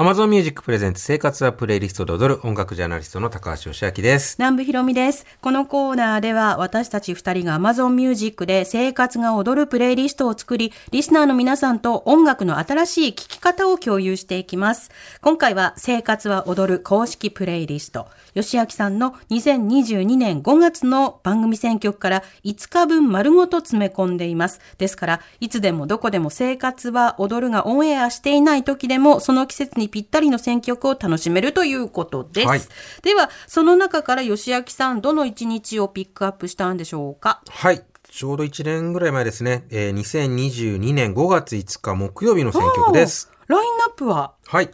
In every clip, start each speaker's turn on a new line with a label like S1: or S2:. S1: Amazon Music プレゼンツ生活はプレイリストで踊る音楽ジャーナリストの高橋義明です。
S2: 南部ひろみです。このコーナーでは私たち二人が Amazon Music で生活が踊るプレイリストを作り、リスナーの皆さんと音楽の新しい聴き方を共有していきます。今回は生活は踊る公式プレイリスト、吉明さんの2022年5月の番組選曲から5日分丸ごと詰め込んでいます。ですから、いつでもどこでも生活は踊るがオンエアしていない時でも、その季節にぴったりの選曲を楽しめるということです。
S1: はい
S2: ではその中から吉明さんどの一日をピックアップしたんでしょうか
S1: はい。ちょうど1年ぐらい前ですね。えー2022年5月5日木曜日の選曲です。
S2: おーラインナップは
S1: はい。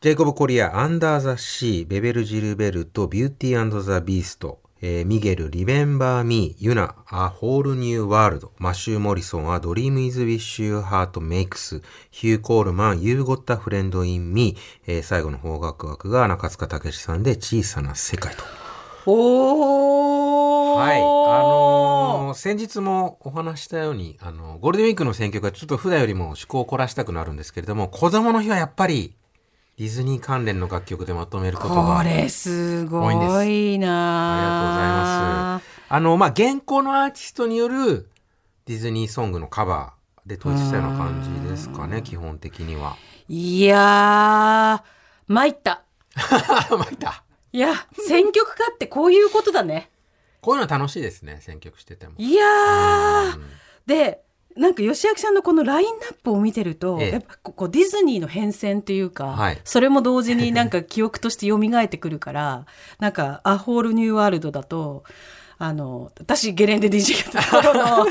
S1: ジェイコブ・コリア、アンダー・ザ・シー、ベベル・ジルベルト、ビューティー・ザ・ビースト、えーミゲル、リメンバー・ミー、ユナ、ア・ホール・ニュー・ワールド、マシュー・モリソンは、ドリーム・イズ・ウィッシュ・ハート・メイクス、ヒュー・コールマン、ユー・ゴッタ・フレンド・イン・ミー、えー最後の方角枠が中塚武史さんで、小さな世界と。
S2: おお
S1: はい。あのー先日もお話ししたように、あの、ゴールデンウィークの選挙がちょっと普段よりも趣向を凝らしたくなるんですけれども、子供の日はやっぱり、ディズニー関連の楽曲でまとめることが。
S2: これすご
S1: 多
S2: い
S1: あ
S2: な
S1: りがとうございます。あの、まあ、現行のアーティストによるディズニーソングのカバーで統一したような感じですかね、基本的には。
S2: いやー参った
S1: あ、まいた。
S2: いや選曲家ってこういうことだね
S1: こういうの楽しいですね、選曲してても。
S2: いやー
S1: うん
S2: でなんか吉明さんのこのラインナップを見てると、
S1: ええ
S2: やっぱこうディズニーの変遷というか、
S1: はい
S2: それも同時になんか記憶として蘇ってくるから なんか「アホールニューワールド」だとあの私ゲレンデ DJ やった頃の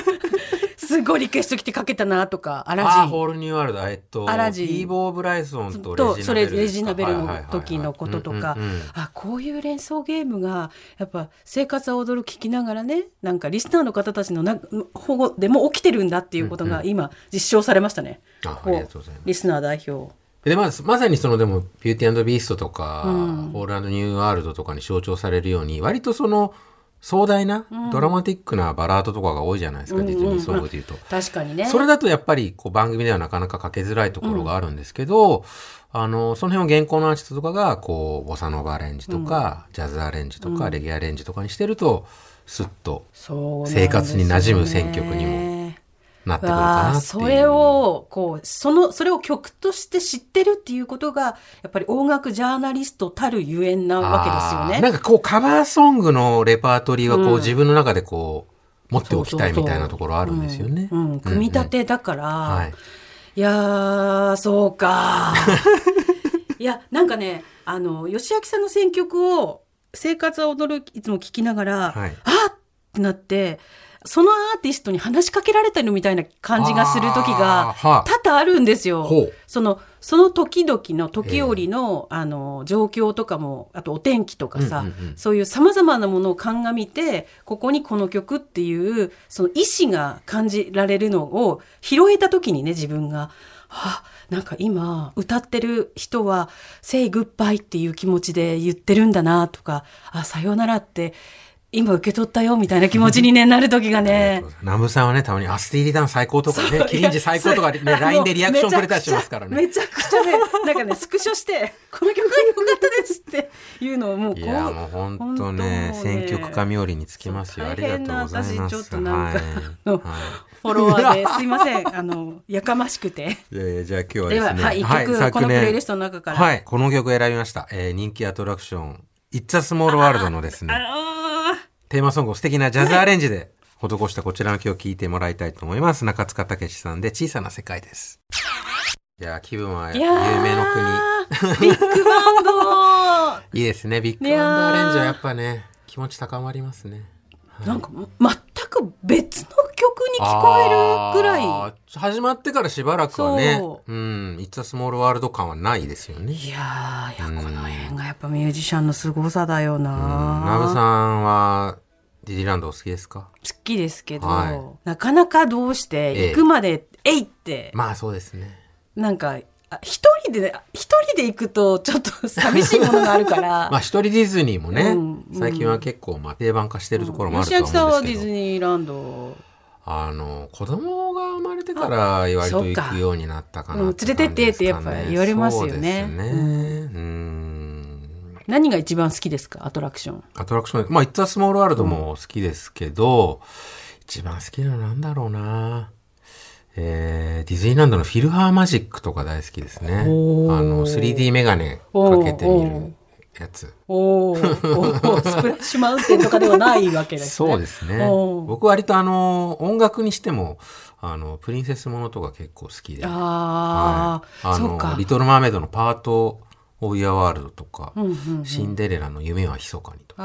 S2: すごいリクエスト来てかけたなとか「アラ
S1: あ、
S2: ジン
S1: ホールニューワールド、えっと、
S2: アラジン
S1: ティーボー・ブライソン」と
S2: と
S1: レジナ
S2: そ
S1: ベ
S2: れ
S1: ルですか。
S2: レジナベルの
S1: はいはいはいはい
S2: 時のこととか
S1: うんうんうん
S2: あこういう連想ゲームがやっぱ「生活は踊る」聞きながらねなんかリスナーの方たちのな保護でも起きてるんだっていうことが今実証されましたね。
S1: ああ
S2: こう
S1: りがとうございます。
S2: リスナー代表。
S1: で、まあ、まさにその、でも、ビューティービーストとか、
S2: うん
S1: ホールニューワールドとかに象徴されるように、割とその、壮大な、ドラマティックなバラードとかが多いじゃないですか、
S2: うんう
S1: デ
S2: ん
S1: ィズニーソングでいうと。
S2: 確かにね。
S1: それだとやっぱりこう番組ではなかなかかけづらいところがあるんですけど、あの、その辺を現行のアーティストとかが、こう、ボサノバアレンジとか、ジャズアレンジとか、レゲエアレンジとかにしてると、スッと
S2: そうなんですよね
S1: 生活に馴染む選曲にもなってくるかな
S2: わ
S1: ってい
S2: あ
S1: う。
S2: それをこうそのそれを曲として知ってるっていうことがやっぱり音楽ジャーナリストたるゆえんなわけですよ
S1: あー
S2: ね。
S1: なんかこうカバーソングのレパートリーはこう、
S2: うん
S1: 自分の中でこう持っておきたい
S2: そうそうそう
S1: みたいなところあるんですよね。
S2: うんうん組み立てだから、
S1: うんうん。はい。
S2: いやーそう かいやなんかねあの吉明さんの選曲を「生活は踊る」いつも聞きながら、
S1: はい
S2: あっってなってそのアーティストに話しかけられてるみたいな感じがする時
S1: あー
S2: が
S1: はあ
S2: 多々あるんですよ。
S1: ほう
S2: そのその時々の時折の,、あの状況とかもあとお天気とかさ、
S1: うんうんうん
S2: そういうさまざまなものを鑑みてここにこの曲っていうその意思が感じられるのを拾えた時にね自分が。あなんか今歌ってる人は「Say goodbye」っていう気持ちで言ってるんだなとか「あさようなら」って今受け取ったよみたいな気持ち に、ね、なる時が
S1: ありが
S2: ね
S1: とうございます南部さんはね、たまにアスティーリダン最高とかね、キリンジ最高とかね、
S2: いや
S1: LINE でリアクションくれたりしますからね。
S2: めちゃくちゃめちゃくちゃね、なんかね、スクショして、この曲が良かったですっていうのをもうこ。
S1: いうや、もう本当ね、
S2: 本当もう
S1: 選曲家冥利につきますよ。
S2: そ
S1: あ
S2: う
S1: りがとうございます。
S2: 大変な私ちょっとなんかあの
S1: は
S2: フォロワーですいません。あの、やかましくて。
S1: い。いやいや、じゃあ今日はで
S2: ですは、
S1: ね。
S2: はい、一曲、
S1: 昨
S2: このプ
S1: 年
S2: レイリストの中から。
S1: はい、この曲選びました。えー人気アトラクション、It's a Small World のですね。
S2: あのー
S1: テーマソングを素敵なジャズアレンジで 施したこちらの曲を聴いてもらいたいと思います。中塚武史さんで小さな世界です。いやー、気分は有
S2: いやー
S1: 名の国。
S2: ビッグバンド
S1: いいですね。ビッグ
S2: いやー
S1: バンドアレンジはやっぱね、気持ち高まりますね。
S2: なんか、全く別の曲に聞こえるぐらい。
S1: あー。始まってからしばらくはね、
S2: そう
S1: うん、It's a Small World 感はないですよね。
S2: いやー、いや、この辺がやっぱミュージシャンの凄さだよな
S1: ナブさんは、ディズニーランドお好きですか
S2: 好きですけど、
S1: はい
S2: なかなかどうして
S1: ええ
S2: 行くまで、えいって、
S1: まあそうですね。
S2: なんか、あ一人で、一人で行くとちょ っと寂しいものがあるから。
S1: まあ一人ディズニーもね、
S2: うんうん
S1: 最近は結構まあ定番化してるところもあると
S2: 吉
S1: は
S2: 明
S1: 思うんですけ
S2: さ
S1: ど。
S2: んはディズニーランド
S1: あの子供が生まれてから割と行くようになったかな
S2: あそっ
S1: って
S2: かうん連れてってってやっぱ
S1: 感じですかね
S2: 言われますよね
S1: そうですね
S2: う
S1: うん
S2: 何が一番好きですかアトラクション。
S1: アトラクションまあ「イッツ・ア・スモール・ワールド」も好きですけど、一番好きなのなんだろうなえーディズニーランドのフィルハーマジックとか大好きですねあ
S2: おー
S1: の 3D メガネかけてみるやつ
S2: おお、スプラッシュマウンテンとかではないわけですね。
S1: そうですね
S2: おー
S1: 僕割とあの音楽にしてもあのプリンセスものとか結構好きで
S2: ああ、
S1: はい
S2: そうか
S1: リ。トル・マーメイド」のパート・オブ・イヤー・ワールドとか、
S2: うんうんうん
S1: シンデレラの夢は密かにとか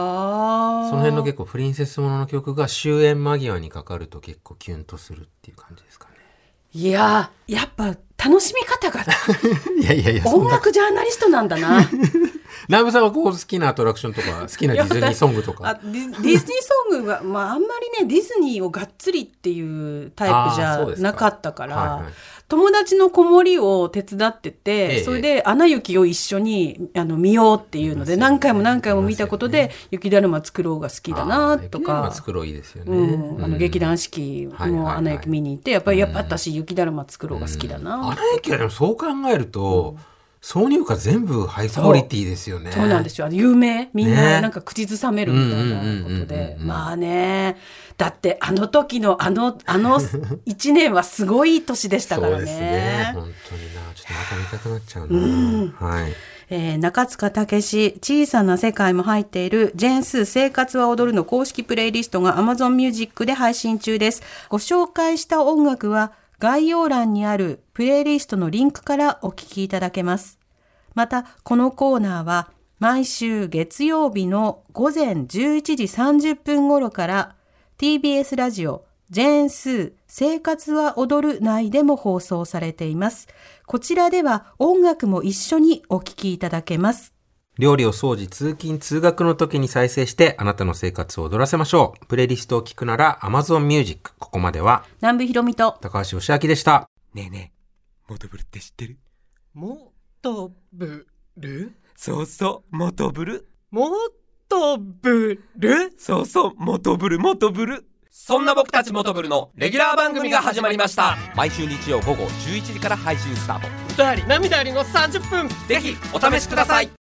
S2: ああ。
S1: その辺の結構プリンセスものの曲が終演間際にかかると結構キュンとするっていう感じですかね。
S2: いやー、やっぱ楽しみ方が
S1: いやいやいや、そん
S2: 音
S1: な。
S2: 楽ジャーナリストなんだな。
S1: ラムさんはこう好きなアトラクションとか、好きなディズニーソングとか。
S2: あディズディズニーソングは、 まあ、あんまりねディズニーをがっつりっていうタイプじ
S1: あー
S2: ゃ
S1: そうですか
S2: なかったから
S1: はいはい
S2: 友達の子守を手伝ってて、
S1: ええ
S2: それで「アナ雪」を一緒にあの見ようっていうので、何回も何回も見たことで「雪だるま作ろう」が好きだなと
S1: あ
S2: か
S1: ー。作ろういいですよね。
S2: うん、あの劇
S1: うん。
S2: 団四季
S1: はいはいは
S2: の
S1: い
S2: 「アナ雪」見に行ってやっぱりやっぱ私雪だるま作ろうが好きだな、
S1: あの駅はでもそう考えると、挿入歌全部ハイクオリティですよね。
S2: そうなんですよ。あの有名みん
S1: ね
S2: ななんか口ずさめるみたいなこ
S1: うんうんうんうんう
S2: と
S1: ん
S2: で
S1: う。ん
S2: まあね。だってあの時のあの、あの一年はすごい年でしたか
S1: そ
S2: ら
S1: うですね。
S2: ね。
S1: 本当にな。ちょっとまた見たくなっちゃうな。はい。
S2: えー中塚武史小さな世界も入っているジェーンスー生活は踊るの公式プレイリストが Amazon Music で配信中です。ご紹介した音楽は概要欄にあるプレイリストのリンクからお聞きいただけます。また、このコーナーは毎週月曜日の午前11時30分頃から TBS ラジオジェーンスー生活は踊る内でも放送されています。こちらでは音楽も一緒にお聴きいただけます。
S1: 料理を掃除、通勤、通学の時に再生して、あなたの生活を踊らせましょう。プレイリストを聞くなら Amazon Music。ここまでは、
S2: 南部ひろみと
S1: 高橋義明でした。
S3: ねえねえモトブルって知ってる
S4: もとぶる
S3: そうそうモトブル
S4: もとぶる
S3: そうそうモトブルモトブル
S5: そんな僕たちモトブルのレギュラー番組が始まりました
S3: 毎週日曜午後11時から配信スタート
S4: 歌あり涙ありの30分
S5: ぜひお試しください